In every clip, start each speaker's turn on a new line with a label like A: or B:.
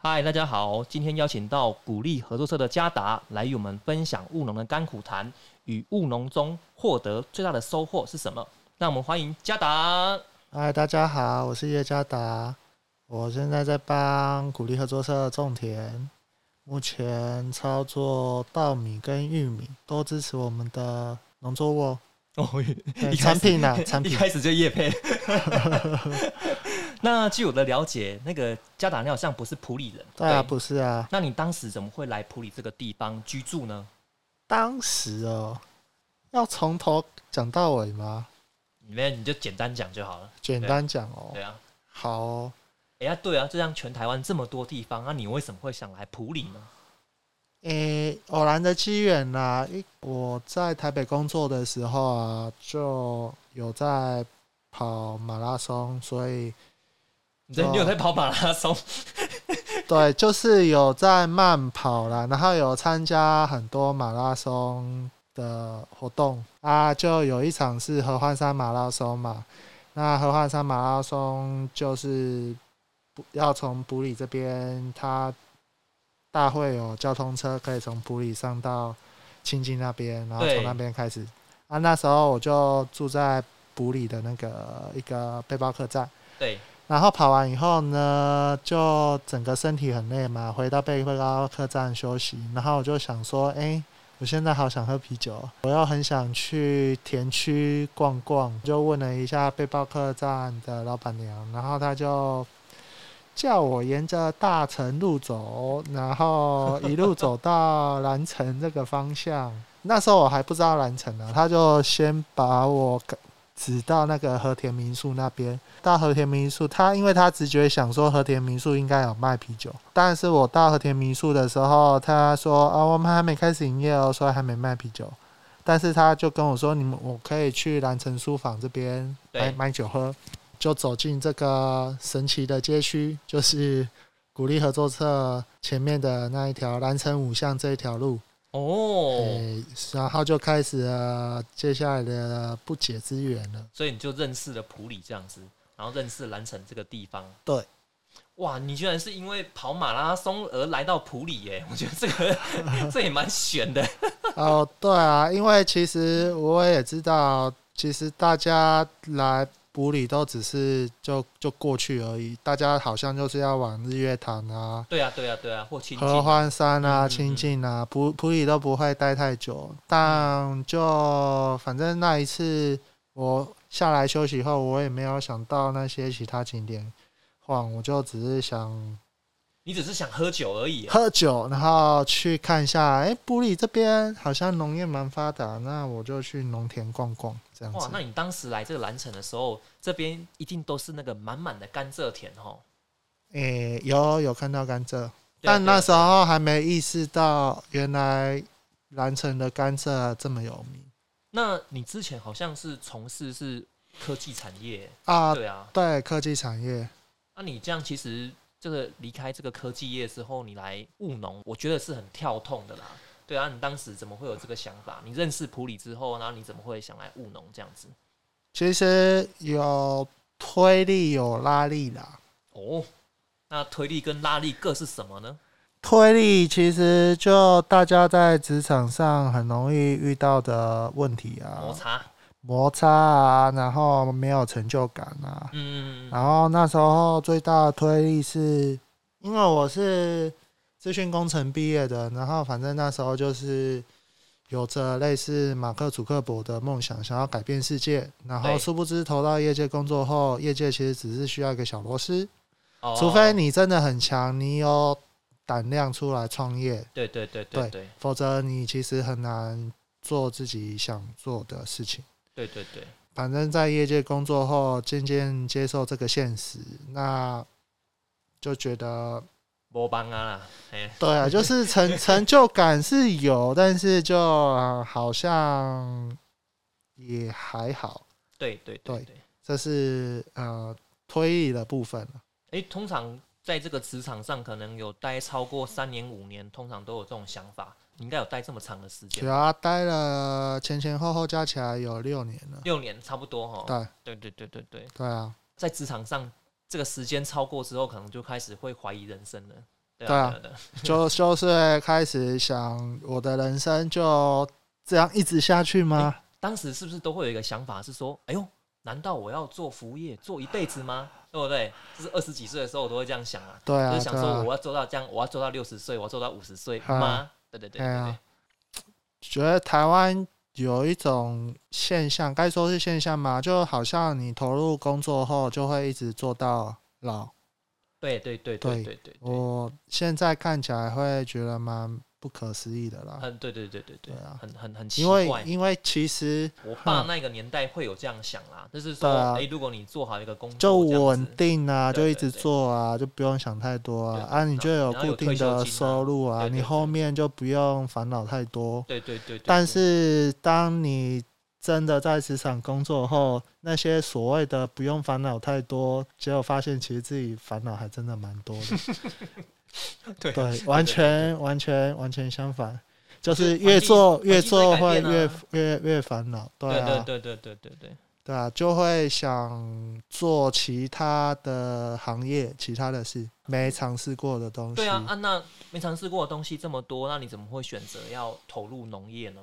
A: 嗨，大家好，今天邀请到鼓励合作社的嘉达来与我们分享务农的甘苦谈与务农中获得最大的收获是什么。那我们欢迎嘉达。
B: 嗨，大家好，我是叶嘉达，我现在在帮鼓励合作社种田，目前操作稻米跟玉米，都支持我们的农作物哦
A: 哦，
B: 对
A: 一开
B: 产
A: 始
B: 品啊，产
A: 一
B: 品。
A: 开始就叶配。 那据我的了解，那个嘉达你好像不是普里人，
B: 对啊，
A: 对
B: 不是啊，
A: 那你当时怎么会来普里这个地方居住呢？
B: 当时哦，要从头讲到尾吗？
A: 你那你就简单讲就好了。
B: 简单讲哦
A: 对，啊，
B: 好哦
A: 哎呀，对啊，就像全台湾这么多地方，那、你为什么会想来普里呢？
B: 诶、偶然的机缘啦，一我在台北工作的时候啊，就有在跑马拉松，所以
A: 你在、你有在跑马拉松？
B: 对，就是有在慢跑啦，然后有参加很多马拉松的活动啊，就有一场是合欢山马拉松嘛。那合欢山马拉松就是不要从埔里这边，它大会有交通车可以从埔里上到清境那边，然后
A: 对
B: 从那边开始。啊，那时候我就住在埔里的那个一个背包客栈。
A: 对，
B: 然后跑完以后呢，就整个身体很累嘛，回到背包客栈休息。然后我就想说，哎，我现在好想喝啤酒，我又很想去田区逛逛。就问了一下背包客栈的老板娘，然后她就叫我沿着大城路走，然后一路走到蓝城这个方向。那时候我还不知道蓝城呢，她就先把我指到那个和田民宿那边。到和田民宿，他因为他直觉想说和田民宿应该有卖啤酒，但是我到和田民宿的时候，他说啊，我们还没开始营业哦，所以还没卖啤酒。但是他就跟我说，你们我可以去蓝城书房这边
A: 对
B: 买买酒喝，就走进这个神奇的街区，就是鼓励合作社前面的那一条蓝城五巷这一条路。
A: 哦，
B: 诶然后就开始了接下来的不解之缘了。
A: 所以你就认识了普里这样子，然后认识蓝城这个地方。
B: 对，
A: 哇，你居然是因为跑马拉松而来到普里耶！ 我觉得这个 这也蛮悬的。
B: 哦，对啊，因为其实我也知道，其实大家来补里都只是就就过去而已，大家好像就是要往日月潭啊、
A: 对啊，对啊，对啊，或亲近
B: 合欢山
A: 嗯嗯
B: 啊、清境啊，普普里都不会待太久。但就反正那一次我下来休息后，我也没有想到那些其他景点晃，我就只是想
A: 你只是想喝酒而已耶。
B: 喝酒，然后去看一下，哎，布里这边好像农业蛮发达，那我就去农田逛逛，这样
A: 哇
B: 子，。
A: 那你当时来这个蓝城的时候，这边一定都是那个满满的甘蔗田哦。
B: 诶，有有看到甘蔗，
A: 对啊
B: 但那时候还没意识到原来蓝城的甘蔗这么有名
A: 那你之前好像是从事是科技产业，
B: 啊。
A: 对啊。
B: 对，科技产业，
A: 那你这样其实这个离开这个科技业之后，你来务农，我觉得是很跳痛的啦。对啊，你当时怎么会有这个想法？你认识普里之后，然后你怎么会想来务农这样子？
B: 其实有推力有拉力啦。
A: 哦，那推力跟拉力各是什么呢？
B: 推力其实就大家在职场上很容易遇到的问题啊，
A: 摩擦，
B: 摩擦啊，然后没有成就感啊。
A: 嗯，
B: 然后那时候最大的推力是，因为我是资讯工程毕业的，然后反正那时候就是有着类似马克·祖克伯的梦想，想要改变世界。然后
A: 对
B: 殊不知投到业界工作后，业界其实只是需要一个小螺丝，
A: 哦
B: 除非你真的很强，你有胆量出来创业，
A: 对对对对对
B: 否则你其实很难做自己想做的事情。
A: 对对对，
B: 反正在业界工作后，渐渐接受这个现实，那就觉得
A: 波帮啊啦，哎，
B: 对 啊，就是成成就感是有，但是就、呃好像也还好，
A: 对对对
B: 对
A: 对。
B: 这是呃推理的部分。
A: 诶，通常在这个职场上，可能有待超过三年五年，通常都有这种想法。你应该有待这么长的时
B: 主
A: 间，
B: 要待了前前后后加起来有六年了，
A: 六年差不多哈。
B: 对
A: 对对对对对。
B: 对啊，
A: 在职场上这个时间超过之后，可能就开始会怀疑人生了。对
B: 对啊
A: 啊，对啊对啊
B: 就就是会开始想，我的人生就这样一直下去吗？
A: 当时是不是都会有一个想法是说，哎呦，难道我要做服务业做一辈子吗？对不对？就是二十几岁的时候，我都会这样想啊，
B: 对啊，
A: 就是想
B: 对啊
A: 说我要做到这样，我要做到六十岁，我要做到五十岁
B: 啊
A: 吗？对对对对
B: 哎
A: 对
B: 呀，觉得台湾有一种现象，该说是现象吗？就好像你投入工作后，就会一直做到老。
A: 对对对对对对对，
B: 我现在看起来会觉得蛮不可思议的啦，
A: 很对对对对对
B: 对啊，
A: 很很很奇
B: 因为
A: 怪。
B: 因为其实
A: 我爸那个年代会有这样想啦，就是
B: 对
A: 说，
B: 啊
A: 哎，如果你做好一个工作，
B: 就
A: 这样
B: 稳
A: 子
B: 定啊，
A: 对
B: 就
A: 对
B: 一直做啊，就不用想太多啊，
A: 对
B: 啊，你就有
A: 然后
B: 固
A: 有
B: 定
A: 退休
B: 的
A: 金啊
B: 收入啊，
A: 对对
B: 你
A: 对
B: 后面就不用烦恼太多。
A: 对对对对，
B: 但
A: 对
B: 是当你真的在职场工作后，那些所谓的不用烦恼太多，结果发现其实自己烦恼还真的蛮多 的。
A: 对
B: 对，啊完
A: 对
B: 全完全完全相反，就是
A: 环境
B: 越做
A: 环境
B: 越
A: 在
B: 做会
A: 改变啊
B: 越越越烦恼。对
A: 对
B: 啊，
A: 对对对对对
B: 对啊，就会想做其他的行业、其他的事，没尝试过的东西。
A: 对啊啊！那没尝试过的东西这么多，那你怎么会选择要投入农业呢？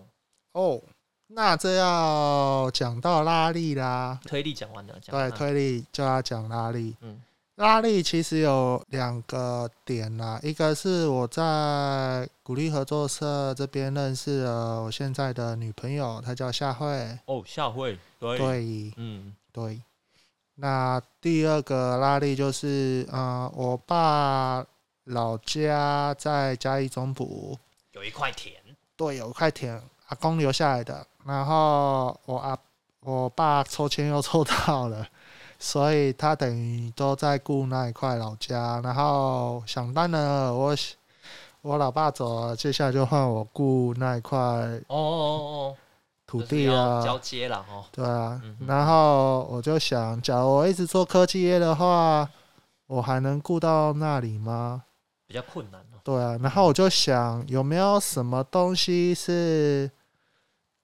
B: 哦，那这要讲到拉力啦。
A: 推力讲完了，讲
B: 对，
A: 完了
B: 推力就要讲拉力。
A: 嗯
B: 拉力其实有两个点啦，一个是我在鼓励合作社这边认识了我现在的女朋友，她叫夏慧。
A: 哦，下会对
B: 对
A: 嗯
B: 对。那第二个拉力就是，呃，我爸老家在嘉义中埔，
A: 有一块田，
B: 对，有块田，阿公留下来的。然后我阿我爸抽签又抽到了，所以他等于都在顾那一块老家。然后想当然了，我我老爸走了，接下来就换我顾那一块
A: 哦哦哦，
B: 土
A: 就是
B: 地
A: 要交
B: 啊，
A: 接了哈。
B: 对啊
A: 嗯。哼
B: 然后我就想，假如我一直做科技业的话，我还能顾到那里吗？
A: 比较困难哦。
B: 对啊，然后我就想有没有什么东西是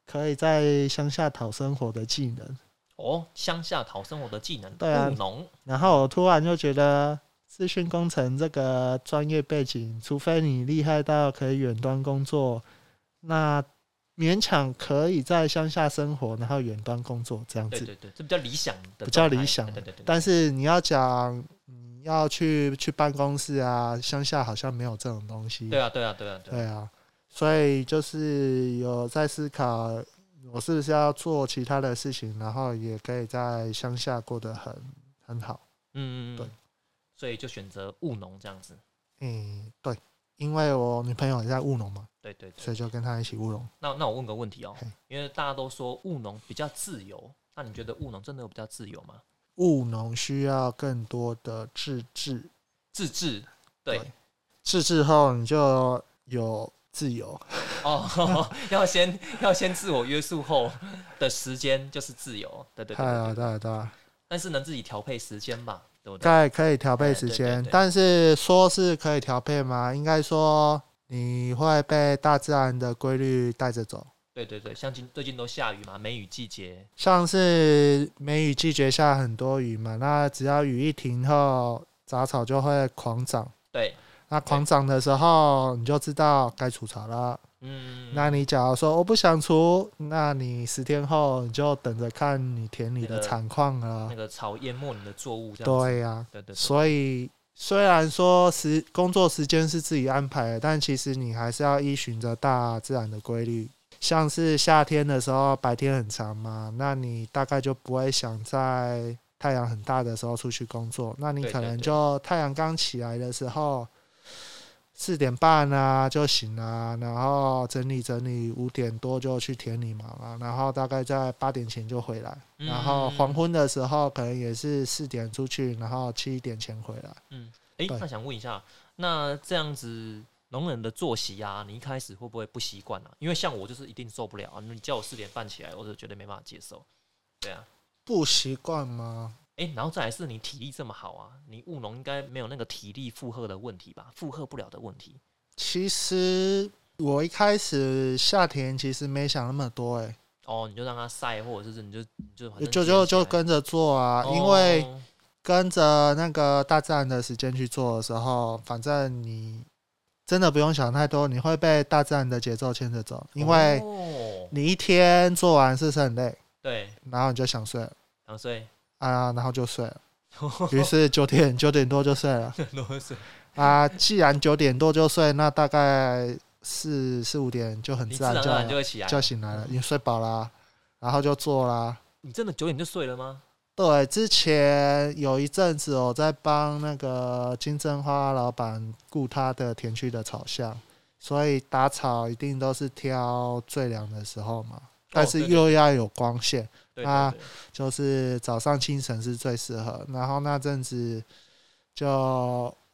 B: 可以在乡下讨生活的技能？
A: 哦，乡下讨生活的技能，
B: 对啊
A: 务农，
B: 然后我突然就觉得资讯工程这个专业背景，除非你厉害到可以远端工作，那勉强可以在乡下生活，然后远端工作这样
A: 对
B: 子。
A: 对对，这比较理想的状态，
B: 比较理想
A: 对对对。对
B: 但是你要讲你要去去办公室啊，乡下好像没有这种东西。
A: 对啊对啊对啊对啊，
B: 对啊，所以就是有在思考，我是不是要做其他的事情，然后也可以在乡下过得很很好。
A: 嗯嗯
B: 对
A: 嗯，所以就选择务农这样子。
B: 嗯，对，因为我女朋友也在务农嘛，
A: 对对对
B: 所以，就跟她一起务农。
A: 那那我问个问题哦
B: 嘿，
A: 因为大家都说务农比较自由，那你觉得务农真的有比较自由吗？
B: 务农需要更多的自治，
A: 自治，对
B: 对自治后你就有自由。
A: 哦， 要先要先自我约束后的时间就是自由，对对
B: 对啊，
A: 对
B: 对
A: 对，
B: 啊，对啊，
A: 但是能自己调配时间吧，对不对？
B: 在可以调配时
A: 哎
B: 间
A: 对对，对
B: 但是说是可以调配吗？应该说你会被大自然的规律带着走。
A: 对对对，像今最近都下雨嘛，梅雨季节，
B: 像是梅雨季节下很多雨嘛，那只要雨一停后，杂草就会狂长。
A: 对，
B: 那狂长的时候，你就知道该除草了。
A: 嗯，
B: 那你假如说我不想除，那你十天后你就等着看你田里
A: 那
B: 的
A: 个
B: 惨况了
A: 那。个草淹没你的作物这样子，
B: 对呀、
A: 对对对，
B: 所以虽然说时工作时间是自己安排的，但其实你还是要依循着大自然的规律。像是夏天的时候，白天很长嘛，那你大概就不会想在太阳很大的时候出去工作。那你
A: 对
B: 可
A: 对
B: 能
A: 对
B: 就太阳刚起来的时候，四点半啊就醒啦、然后整理整理，五点多就去田里忙啊，然后大概在八点前就回来。
A: 嗯
B: 然后黄，昏的时候可能也是四点出去，然后七点前回来。
A: 嗯，诶，
B: 对
A: 那想问一下，那这样子农人的作息啊，你一开始会不会不习惯啊？因为像我就是一定受不了啊，你叫我四点半起来，我就觉得没办法接受，对啊。
B: 不习惯吗？
A: 哎、然后再来是你体力这么好啊，你务农应该没有那个体力负荷的问题吧？负荷不了的问题。
B: 其实我一开始下田其实没想那么多、欸，
A: 哦，你就让它晒，或者是你就你就反
B: 哎，
A: 正捡
B: 就就
A: 起来
B: 就跟着做啊，因为
A: 哦
B: 跟着那个大自然的时间去做的时候，反正你真的不用想太多，你会被大自然的节奏牵着走，因为
A: 哦
B: 你一天做完事是很累，
A: 对，
B: 然后你就想睡了
A: 两 岁，
B: 啊，然后就睡了，于是九点九点多就睡了
A: 两岁，
B: 啊。既然九点多就睡，那大概四四五点就很
A: 你
B: 自
A: 自然
B: 然
A: 而
B: 就
A: 然就会起来。
B: 就醒来了，你睡饱啦，然后就做啦。
A: 你真的九点就睡了吗？
B: 对，之前有一阵子我在帮那个金针花老板顾他的田区的草项，所以打草一定都是挑最凉的时候嘛，但是
A: 哦对对
B: 又要有光线，
A: 对
B: 啊
A: 对哦对，
B: 就是早上清晨是最适合。然后那阵子就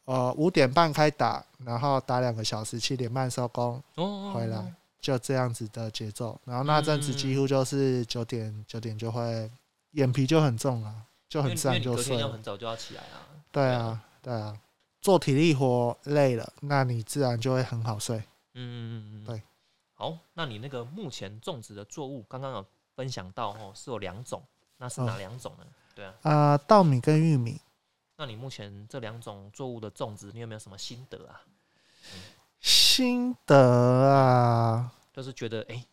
B: 呃五点半开打，然后打两个小时，七点半收工，
A: 哦哦，哦嗯
B: 回来，就这样子的节奏。然后那阵子几乎就是九点九点就会眼皮就很重了、
A: 哦因
B: 就
A: 为
B: 很
A: 因
B: 自
A: 为
B: 然
A: 你
B: 就
A: 隔
B: 睡
A: 天要
B: 了。
A: 很早就要起来啊。
B: 对啊，对啊，做体力活累了，那你自然就会很好睡。
A: 嗯，嗯嗯嗯
B: 对。
A: 好，那你那个目前种植的作物，刚刚有分享到哦，是有两种，那是哪
B: 嗯
A: 两种呢？对啊，
B: 啊、稻米跟玉米
A: 那你目前这两种作物的种植，你有没有什么心得啊？
B: 心得啊，
A: 就是觉得哎、诶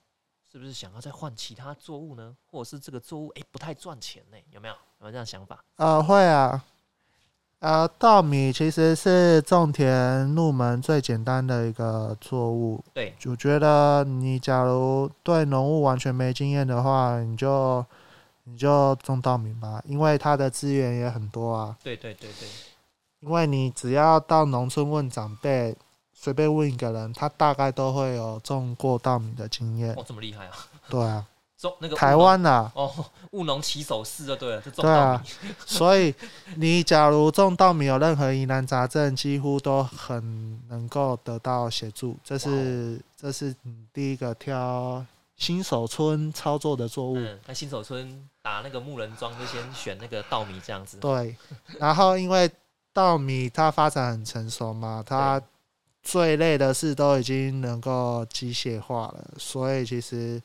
A: 是不是想要再换其他作物呢？或者是这个作物哎、诶不太赚钱呢、有没有？有没有这样想法？
B: 呃，会啊。呃，稻米其实是种田入门最简单的一个作物，
A: 对，
B: 我觉得你假如对农务完全没经验的话，你就你就种稻米吧，因为它的资源也很多啊。
A: 对对对对，
B: 因为你只要到农村问长辈，随便问一个人，他大概都会有种过稻米的经验
A: 哦，。这么厉害啊！
B: 对啊，
A: 种那个务
B: 台
A: 农
B: 湾啊，
A: 哦，务农起手式就对了，就种
B: 对
A: 稻
B: 啊
A: 米。，
B: 所以你假如种稻米有哦任何疑难杂症，几乎都很能够得到协助。这
A: 哦
B: 是这是你第一个挑新手村操作的作物。
A: 嗯，在新手村打那个木人桩，就先选那个稻米这样子。
B: 对，然后因为稻米它发展很成熟嘛，它最累的事都已经能够机械化了，所以其实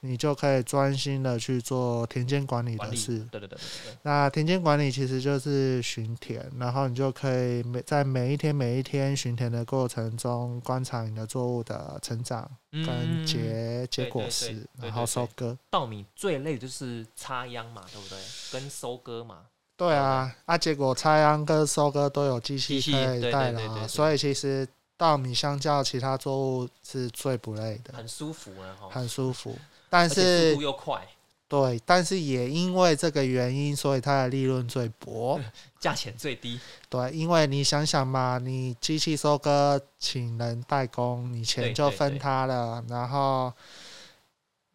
B: 你就可以专心的去做田间管理
A: 管
B: 的
A: 理，
B: 事
A: 对。对对对对，
B: 那田间管理其实就是巡田，然后你就可以每在每一天每一天巡田的过程中，观察你的作物的成长
A: 嗯
B: 跟结结
A: 对
B: 果
A: 对对
B: 实，
A: 对
B: 然
A: 对
B: 后收
A: 对
B: 割。
A: 稻米最累的就是插秧嘛，对不对？跟收割嘛，
B: 对啊，啊，结果插秧跟收割都有机器
A: 机器
B: 可以
A: 对
B: 带
A: 对对对
B: 啦，
A: 对
B: 所以其实稻米相较其他作物是最不累的，
A: 很舒服呢，哈，
B: 很舒服。但
A: 哦而且
B: 是
A: 速度又快，
B: 对，但是也因为这个原因，所以它的利润最薄。
A: 价钱最低，
B: 对，因为你想想嘛，你机器收割，请人代工，你
A: 对
B: 钱就
A: 对对
B: 分他了，然后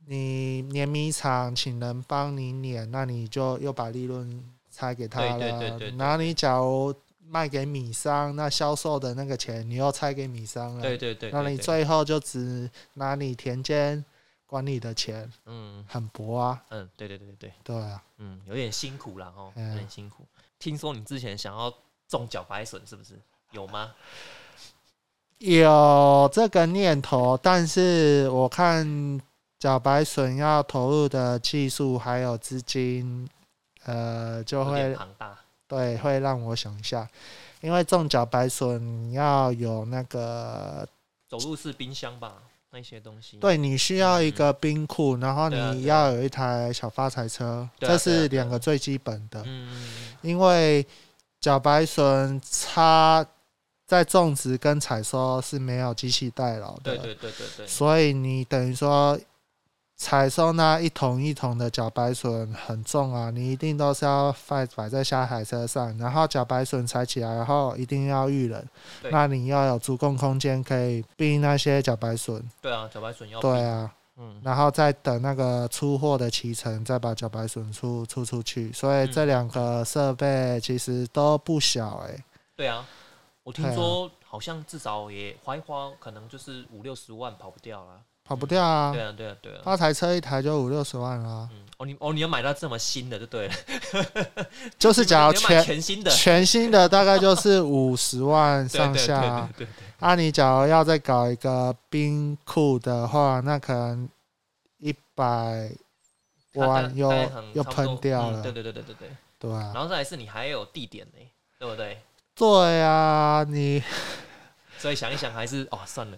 B: 你碾米厂请人帮你碾，那你就又把利润拆给他了。
A: 对对对对对
B: 然后你假如卖给米商，那销售的那个钱你又拆给米商了。
A: 对对对，
B: 那你
A: 对对
B: 最后就只拿你田间管理的钱，
A: 嗯
B: 很薄啊，
A: 嗯，对对对对对，
B: 对啊。
A: 嗯，有点辛苦啦，哈，
B: 嗯
A: 有点辛苦。听说你之前想要种茭白笋，是不是？有吗？
B: 有这个念头，但是我看茭白笋要投入的技术还有资金，呃，就
A: 有点
B: 会
A: 庞大，
B: 对会让我想一下，因为种茭白笋你要有那个，
A: 走路是冰箱吧？那些东西，
B: 对你需要一个冰库，然后
A: 对啊
B: 你
A: 对啊
B: 要有一台小发财车，
A: 对啊
B: 这
A: 对啊
B: 是
A: 对啊
B: 两个最基本的。
A: 嗯，嗯，
B: 因为茭白笋它在种植跟采收是没有机器代劳的，
A: 对对对对对，
B: 所以你等于说采收那一桶一桶的茭白笋很重啊，你一定都是要放摆在下海车上，然后茭白笋采起来后一定要育人
A: 对，
B: 那你要有足够空间可以避那些茭白笋，
A: 对啊，茭白笋要
B: 对
A: 冰，
B: 啊，
A: 嗯，
B: 然后再等那个出货的期程，再把茭白笋出出出去，所以
A: 嗯
B: 这两个设备其实都不小欸诶、
A: 对啊。我听
B: 对啊
A: 说好像至少也花一花，可能就是五六十万跑不掉啦。
B: 跑不掉啊
A: 对，啊，对啊，对啊。
B: 八台车一台就五六十 万啊，
A: 嗯，哦，你哦，你要买到这么新的就对了，
B: 就是假如
A: 你要买
B: 全
A: 全新的，
B: 全新的大概 就是五十万
A: 对对
B: 上下啊。
A: 对对对
B: 啊，你假如要再搞一个冰库的话，那可能一百
A: 对，它大概
B: 万又
A: 大概很
B: 又
A: 差不多
B: 喷掉
A: 嗯
B: 了。
A: 对对对对对对，
B: 对啊，
A: 然后再来是你还有地点呢、对不对？
B: 对啊，你
A: 所以想一想还是哦算了，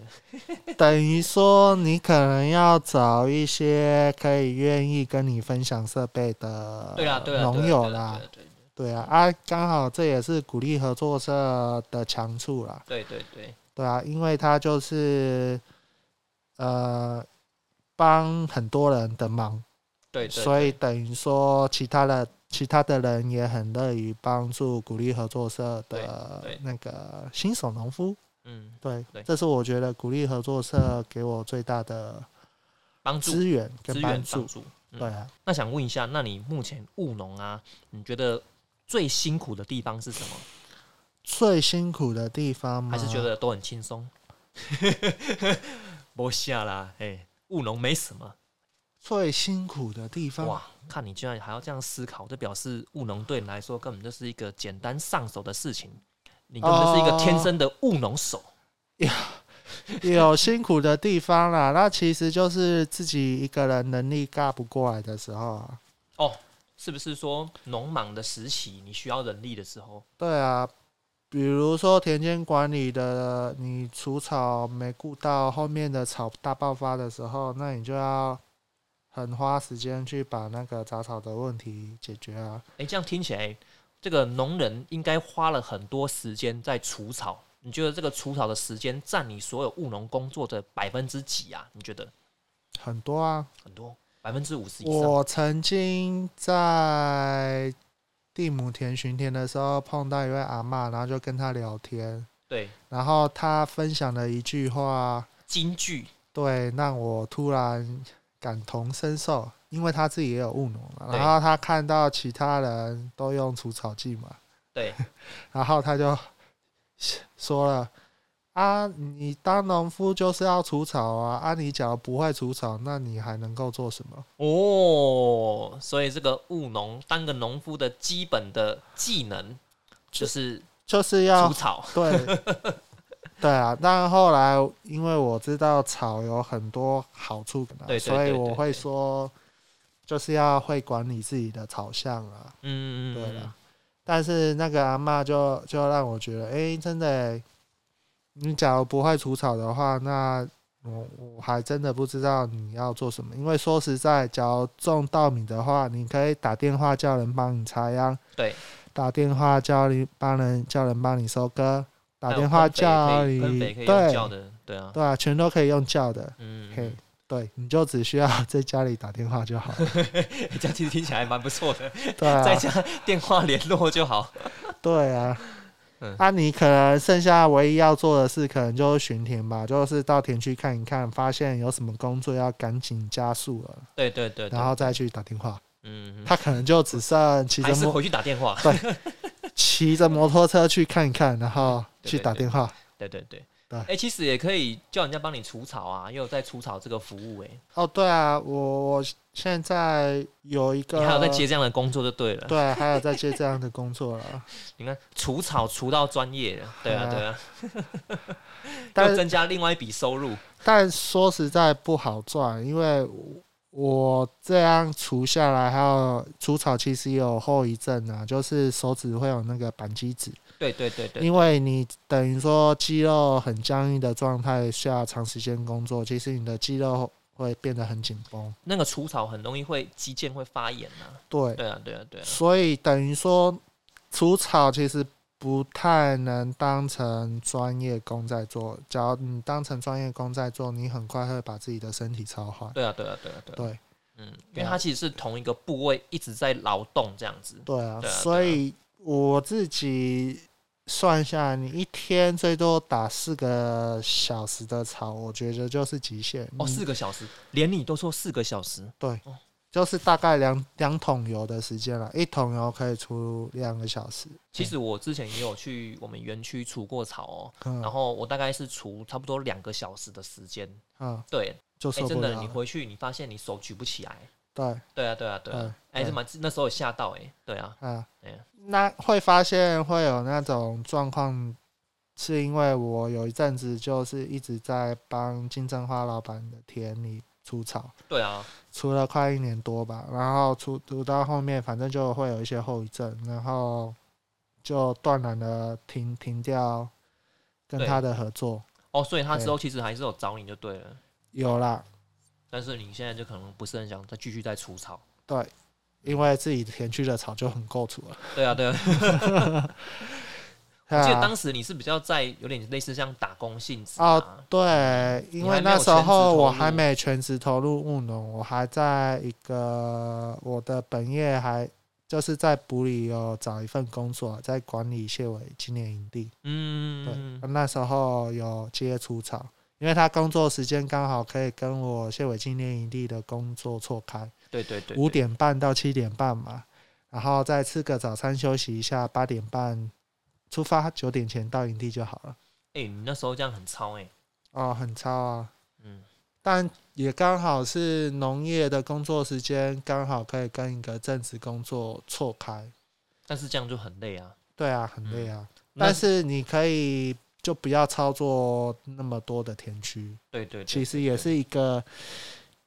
B: 等于说你可能要找一些可以愿意跟你分享设备的
A: 对啊啦对啦，
B: 农
A: 对
B: 友
A: 对
B: 啦，
A: 对
B: 对啊啊，刚好这也是鼓励合作社的强处啦，
A: 对对对
B: 对啊，因为他就是呃帮很多人的忙，
A: 对对，
B: 所以等于说其他的其他的人也很乐于帮助鼓励合作社的
A: 对对
B: 那个新手农夫，
A: 嗯，
B: 对
A: 对，
B: 这是我觉得鼓励合作社给我最大的
A: 帮助
B: 资源
A: 资
B: 跟
A: 源
B: 帮
A: 帮
B: 助，
A: 助。嗯
B: 对啊，
A: 那想问一下，那你目前务农啊，你觉得最辛苦的地方是什么？
B: 最辛苦的地方
A: 还
B: 吗
A: 是觉得都很轻松？不下啦，哎，务农没什么
B: 最辛苦的地方
A: 哇。看你居然还要这样思考，这表示务农对你来说根本就是一个简单上手的事情，你根本就是一个天生的务农手。
B: 有辛苦的地方啦，那其实就是自己一个人能力尬不过来的时候啊。
A: 是不是说农忙的时期，你需要人力的时候，
B: 对啊，比如说田间管理的，你除草没顾到，后面的草大爆发的时候，那你就要很花时间去把那个杂草的问题解决啊。
A: 诶，这样听起来，这个农人应该花了很多时间在除草。你觉得这个除草的时间占你所有务农工作的百分之几啊？你觉得
B: 很多啊，
A: 很多，百分之五十以上？
B: 我曾经在地亩田巡田的时候碰到一位阿嬷，然后就跟她聊天，
A: 对，
B: 然后她分享了一句话。
A: 京剧
B: 对，让我突然感同身受，因为他自己也有务农嘛，
A: 对
B: 然后他看到其他人都用除草剂嘛，
A: 对
B: 然后他就说了：“啊，你当农夫就是要除草啊，啊，你假如不会除草，那你还能够做什么
A: 哦，所以这个务农当个农夫的基本的技能就是？”
B: 就是要
A: 除草。
B: 对。对啊，但后来因为我知道草有很多好处嘛，
A: 对对
B: 所以
A: 对
B: 我
A: 对
B: 会
A: 对
B: 说，就是要会管理自己的草项啊。
A: 嗯，
B: 对啊啦
A: 嗯，
B: 但是那个阿嬷就就让我觉得，哎、真的欸、你假如不会除草的话，那我我还真的不知道你要做什么。因为说实在，假如种稻米的话，你可以打电话叫人帮你插秧，
A: 对，
B: 打电话叫你帮人叫人帮你收割，打电话叫啊
A: 还有
B: 你
A: 喷肥可以喷肥可以用叫
B: 对
A: 的，对啊，
B: 对啊，全都可以用叫的，
A: 嗯，
B: 嘿。对，你就只需要在家里打电话就好 了。
A: 这样其实听起来蛮不错的，
B: 对啊，
A: 再加电话联络就好。
B: 对啊
A: 嗯，
B: 啊，你可能剩下唯一要做的事，可能就是巡田吧，就是到田区看一看，发现有什么工作要赶紧加速了，
A: 对对对对
B: 然，后再去打电话。
A: 嗯，
B: 他可能就只剩骑
A: 还
B: 着
A: 是
B: 摩
A: 回去打电话。
B: 骑着摩托车去看一看，然后
A: 嗯对
B: 去
A: 对
B: 打
A: 对
B: 电话。
A: 对对对，
B: 对
A: 哎、其实也可以叫人家帮你除草啊，也有在除草这个服务、欸，
B: 哦，对啊，我我现在有一
A: 你
B: 个，
A: 还有在接这样的工作就对了。
B: 啊对，还有在接这样的工作了，
A: 你看除草除到专业了，对啊
B: 哎
A: 对啊，
B: 但
A: 要增加另外一笔收入。
B: 但说实在不好赚，因为我这样除下来，还有除草其实也有后遗症啊，就是手指会有那个扳机指，
A: 对对对对，
B: 因为你等于说肌肉很僵硬的状态下，长时间工作，其实你的肌肉会变得很紧绷。
A: 那个除草很容易会肌腱会发炎呐、
B: 对，
A: 对啊对啊对啊，
B: 所以等于说除草其实不太能当成专业工在做，只要你当成专业工在做，你很快会把自己的身体超坏。
A: 对啊对啊对啊对啊。
B: 对。
A: 嗯，因为它其实是同一个部位一直在劳动这样子。
B: 对啊，
A: 对啊
B: 所以我自己算下来，你一天最多打四个小时的草，我觉得就是极限。嗯
A: 哦，
B: 你
A: 四个小时，连你都说四个小时，
B: 就是大概两两桶油的时间了，一桶油可以出两个小时。
A: 其实我之前也有去我们园区除过草哦，
B: 嗯
A: 然后我大概是除差不多两个小时的时间。
B: 嗯，
A: 对，
B: 就
A: 哎、
B: 受
A: 真
B: 不
A: 的，
B: 了
A: 你
B: 了。
A: 回去你发现你手举不起来。
B: 对，
A: 对啊，对啊，对
B: 嗯
A: 啊，哎、这蛮那时候有吓到哎、对啊，
B: 嗯
A: 哎呀，
B: 那会发现会有那种状况，是因为我有一阵子就是一直在帮金针花老板的田里除草，
A: 对啊，
B: 除了快一年多吧，然后除除到后面，反正就会有一些后遗症，然后就断然的停停掉跟
A: 对
B: 他的合作。
A: 哦，所以他之后其实还是有找你就对了，
B: 有啦，
A: 但是你现在就可能不是很想再继续再除草。
B: 对，因为自己田区的草就很够除了。
A: 对啊，对啊，
B: 对
A: 我记得
B: 啊
A: 当时你是比较在有点类似像打工性质
B: 哦
A: 啊，
B: 对，因
A: 你
B: 为
A: 还没
B: 那
A: 有
B: 时
A: 全职
B: 候
A: 投
B: 我
A: 入
B: 还没全职投入务农，我还在一个我的本业还就是在埔里有找一份工作，在管理蟹尾青年营地。对，
A: 嗯，
B: 那时候有接触草，因为他工作时间刚好可以跟我蟹尾青年营地的工作错开，
A: 对对对，
B: 五
A: 对
B: 点半到七点半嘛，然后再吃个早餐休息一下，八点半出发，九点前到营地就好了。
A: 哎、你那时候这样很超哎、
B: 哦，很超啊！
A: 嗯，
B: 但也刚好是农业的工作时间，刚好可以跟一个正职工作错开。
A: 但是这样就很累啊。
B: 对啊，很累啊。
A: 那
B: 但是你可以就不要操作那么多的田区，
A: 对对对，
B: 其实
A: 对
B: 也
A: 对
B: 是一个。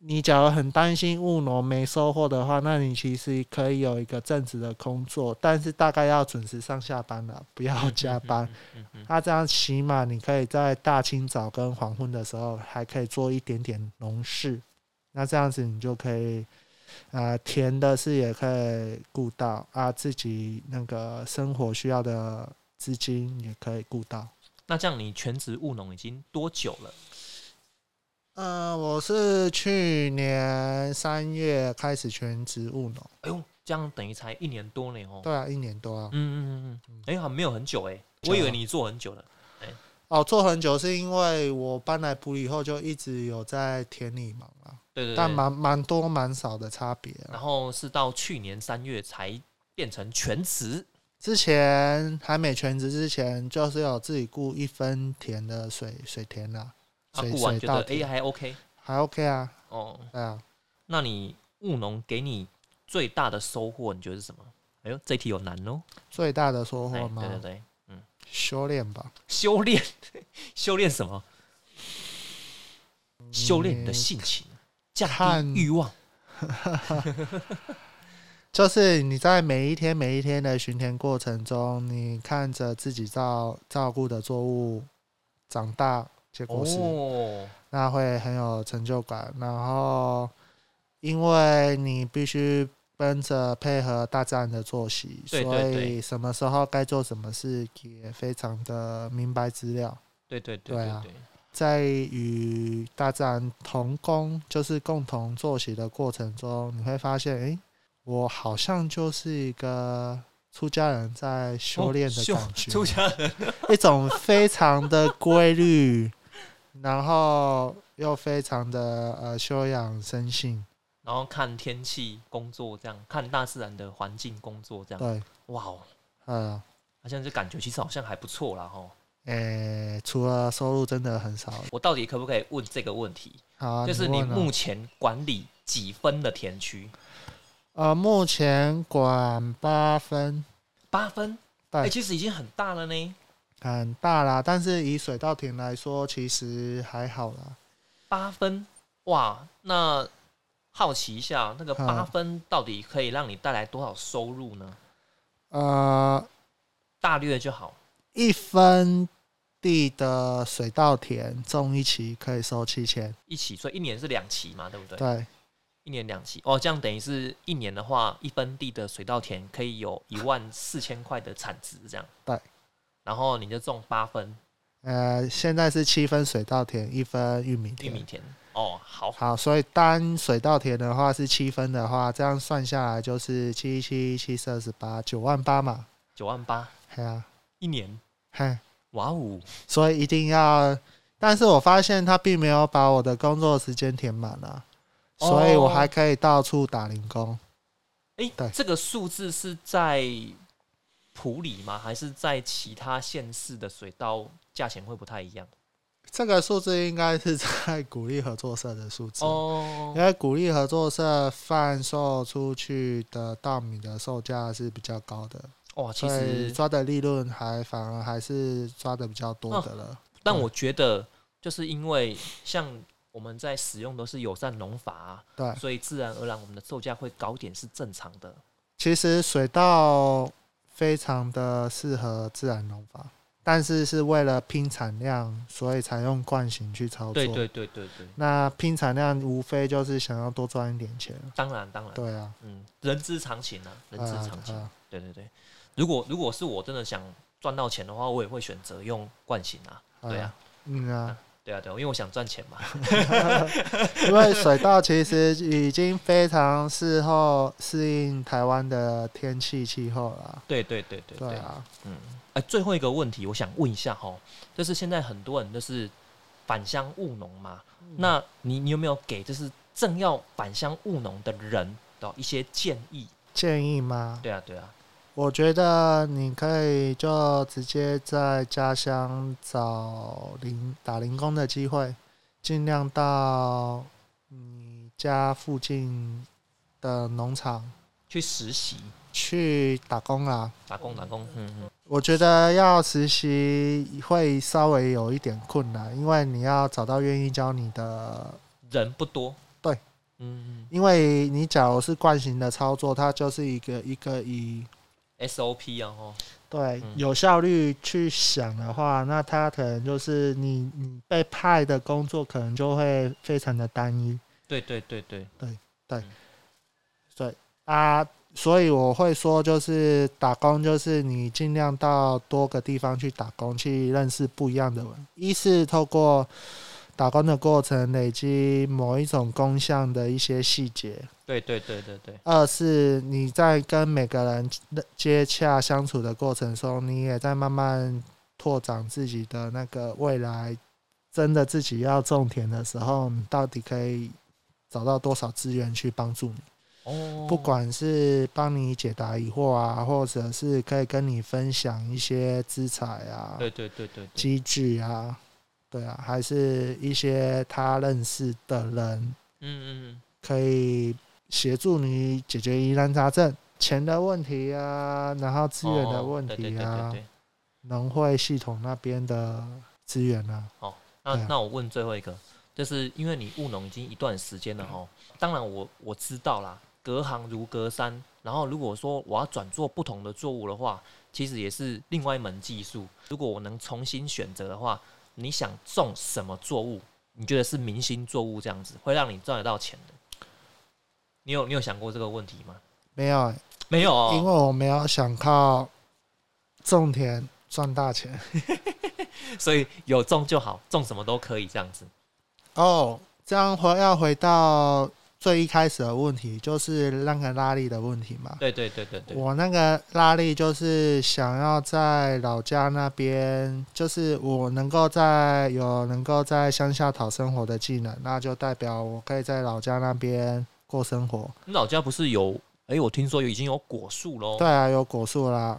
B: 你假如很担心务农没收获的话，那你其实可以有一个正职的工作，但是大概要准时上下班了，不要加班。，
A: 嗯嗯嗯嗯嗯
B: 那、这样起码你可以在大清早跟黄昏的时候，还可以做一点点农事。那这样子你就可以，呃，田的事也可以顾到啊，自己那个生活需要的资金也可以顾到。
A: 那这样你全职务农已经多久了？
B: 呃，我是去年三月开始全职务农，
A: 哎呦，这样等于才一年多呢哦。
B: 对啊，一年多啊。
A: 嗯嗯嗯嗯，哎、好像没有很久哎、
B: 久啊
A: 我以为你做很久了。
B: 哦，做很久是因为我搬来埔里后就一直有在田里忙啊，
A: 对对对。
B: 但蛮蛮多蛮少的差别啊。
A: 然后是到去年三月才变成全职。
B: 之前还没全职之前，就是有自己雇一分田的水水田啦、
A: 啊，
B: 水
A: 顾完
B: 水
A: 觉
B: 稻
A: 得哎、
B: 田
A: 还 OK
B: 还 OK 啊，
A: 哦。
B: 对啊，
A: 那你务农给你最大的收获，你觉得是什么？哎呦，这题有难哦。
B: 最大的收
A: 哎
B: 获
A: 对对
B: 嘛，
A: 对，
B: 修炼吧，
A: 修炼， 修炼什么？修炼你的性情，降
B: 看
A: 低欲望。
B: 就是你在每一天每一天的巡田过程中，你看着自己照照顾的作物长大结果实，
A: 哦，
B: 那会很有成就感。然后，因为你必须跟着配合大自然的作息，
A: 对对
B: 所
A: 对
B: 以什么时候该做什么事也非常的明白资料。
A: 对对对
B: 对
A: 对
B: 啊
A: 对，
B: 在与大自然同工，就是共同作息的过程中，你会发现，诶，我好像就是一个出家人在修炼的
A: 哦 修
B: 感觉，
A: 出家人
B: 一种非常的规律，然后又非常的呃修养生性。
A: 然后看天气工作，这样看大自然的环境工作，这样
B: 对，
A: 哇哦，
B: 呃，
A: 好像就感觉其实好像还不错啦哈。
B: 诶、除了收入真的很少。
A: 我到底可不可以问这个问题？
B: 好啊，
A: 就是你
B: 你问啊
A: 目前管理几分的田区？
B: 呃目前管八分
A: 八分，
B: 对
A: 哎、其实已经很大了呢。
B: 很大啦，但是以水稻田来说，其实还好啦。
A: 八分，哇，那好奇一下，那个
B: 嗯
A: 八分到底可以让你带来多少收入呢？
B: 呃，
A: 大略就好。
B: 一分地的水稻田种一期可以收七千，
A: 一起，所以一年是两期嘛，对不对？
B: 对，
A: 一年两期哦，这样等于是一年的话，一分地的水稻田可以有一万四千块的产值，这样。
B: 对。
A: 然后你就种八分
B: 呃，现在是七分水稻田，一分玉米
A: 玉
B: 田。
A: 米田哦，好，
B: 好，所以单水稻田的话是七分的话，这样算下来就是七七七四二十八，九万八嘛，
A: 九万八
B: 嘿啊，
A: 一年，
B: 嘿，
A: 哇哦，
B: 所以一定要。但是我发现他并没有把我的工作时间填满啊，
A: 哦
B: 所以我还可以到处打零工。
A: 诶，
B: 对
A: 这个数字是在普里吗？还是在其他县市的水稻价钱会不太一样？
B: 这个数字应该是在鼓励合作社的数字，
A: 哦
B: 因为鼓励合作社贩售出去的稻米的售价是比较高的，
A: 哇，其
B: 所以
A: 实
B: 抓的利润还反而还是抓的比较多的了。
A: 但我觉得就是因为像我们在使用都是友善农法、啊，
B: 对，
A: 所以自然而然我们的售价会高点是正常的。
B: 其实水稻非常的适合自然农法，但是是为了拼产量，所以才用惯型去操作。
A: 对对对对对，
B: 那拼产量无非就是想要多赚一点钱。
A: 当然当然，
B: 对啊，
A: 嗯，人之常情啊，嗯人之
B: 对啊
A: 常情。
B: 对啊
A: 对对对，如果如果是我真的想赚到钱的话，我也会选择用惯性啊。对啊，
B: 嗯啊，
A: 对啊，对啊，因为我想赚 钱嘛。
B: 因为水稻其实已经非常适合适应台湾的天气气候了。啊
A: 对对对对
B: 对啊，
A: 嗯，哎，最后一个问题，我想问一下哈，就是现在很多人就是返乡务农嘛，
B: 嗯
A: 那你你有没有给就是正要返乡务农的人的一些建议？
B: 建议吗？
A: 对啊，对啊，
B: 我觉得你可以就直接在家乡找零打零工的机会，尽量到你家附近的农场
A: 去实习
B: 去打工啦。
A: 打工打工，嗯嗯，
B: 我觉得要实习会稍微有一点困难，因为你要找到愿意教你的，
A: 人不多。
B: 对，
A: 嗯
B: 因为你假如是惯性的操作，它就是一个一个以
A: 嗯，SOP 啊哈，
B: 对
A: 嗯
B: 有效率去想的话，那它可能就是你你被派的工作可能就会非常的单一，
A: 对对对对，嗯
B: 对啊，所以我会说就是打工就是你尽量到多个地方去打工，去认识不一样的人，一是透过打工的过程累积某一种工项的一些细节，
A: 对对对对对，
B: 二是你在跟每个人接洽相处的过程中，你也在慢慢拓展自己的那个未来。真的自己要种田的时候，你到底可以找到多少资源去帮助你？
A: 哦，
B: 不管是帮你解答疑惑啊，或者是可以跟你分享一些资产啊、
A: 哦对对对对嗯对，
B: 机具啊，对啊，还是一些他认识的人
A: 嗯嗯
B: 可以协助你解决疑难杂症、钱的问题啊，然后资
A: 嗯，
B: 源的
A: 哦
B: 问
A: 对
B: 题
A: 对对
B: 啊
A: 对，对对
B: 农会系统那边的资源啊，
A: 那
B: 对啊
A: 那我问最后一个，就是因为你务农已经一段时间了哈，当然我我知道啦，隔行如隔山。然后如果说我要转做不同的作物的话，其实也是另外一门技术。如果我能重新选择的话，你想种什么作物？你觉得是明星作物这样子会让你赚得到钱的？你有你有想过这个问题吗？
B: 没有欸、
A: 没有
B: 因为
A: 哦，
B: 我没有想靠种田赚大钱。
A: 所以有种就好，种什么都可以这样子。
B: 哦，这样回要回到最一开始的问题，就是那个拉力的问题嘛。
A: 对对对对对，
B: 我那个拉力就是想要在老家那边，就是我能够在有能够在乡下讨生活的技能，那就代表我可以在老家那边过生活。
A: 你老家不是有？哎，我听说有已经有果树喽。
B: 对啊，有果树啦。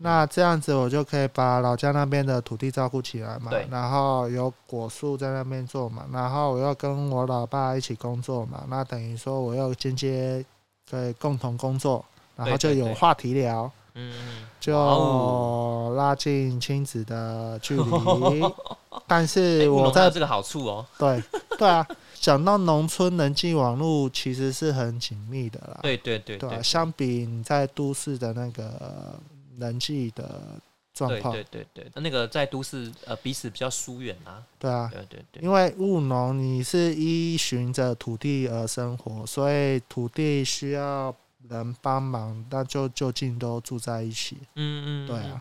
B: 那这样子，我就可以把老家那边的土地照顾起来嘛
A: 对，
B: 然后有果树在那边做嘛，然后我又跟我老爸一起工作嘛，那等于说我又间接可以共同工作，然后就
A: 对对
B: 有话题聊，
A: 嗯，哇
B: 就
A: 哦
B: 拉近亲子 的距离。但是我
A: 在
B: 在
A: 这个好处哦，
B: 对对啊，讲到农村人际网络其实是很紧密的啦，
A: 对对对
B: 对
A: 对
B: 啊，相比你在都市的那个人际的状
A: 对
B: 况，
A: 对对对，那个在都市呃彼此比较疏远啊，
B: 对啊，
A: 对对对，
B: 因为务农你是依循着土地而生活，所以土地需要人帮忙，那就就近都住在一起，
A: 嗯嗯，
B: 对啊，
A: 嗯，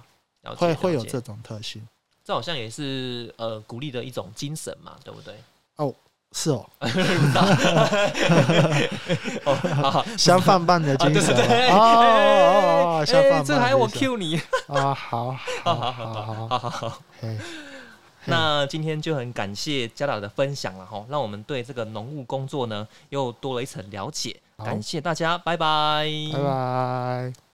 A: 了解
B: 会会有
A: 了解
B: 这种特性。
A: 这好像也是呃鼓励的一种精神嘛，对不 对？
B: 是哦，
A: 哦，好好
B: 相反办的
A: 啊，
B: 精
A: 对对
B: 神
A: 对，
B: 哦哦哦哦，
A: 哎
B: 相反
A: 哎
B: 办的精神。
A: 这还我 Q 你，
B: 啊，好，好好好
A: 好
B: 好，
A: 好好。
B: 嘿
A: 那今天就很感谢家长的分享了哈，让我们对这个农务工作呢又多了一层了解，
B: 好
A: 感谢大家，拜拜，
B: 拜拜。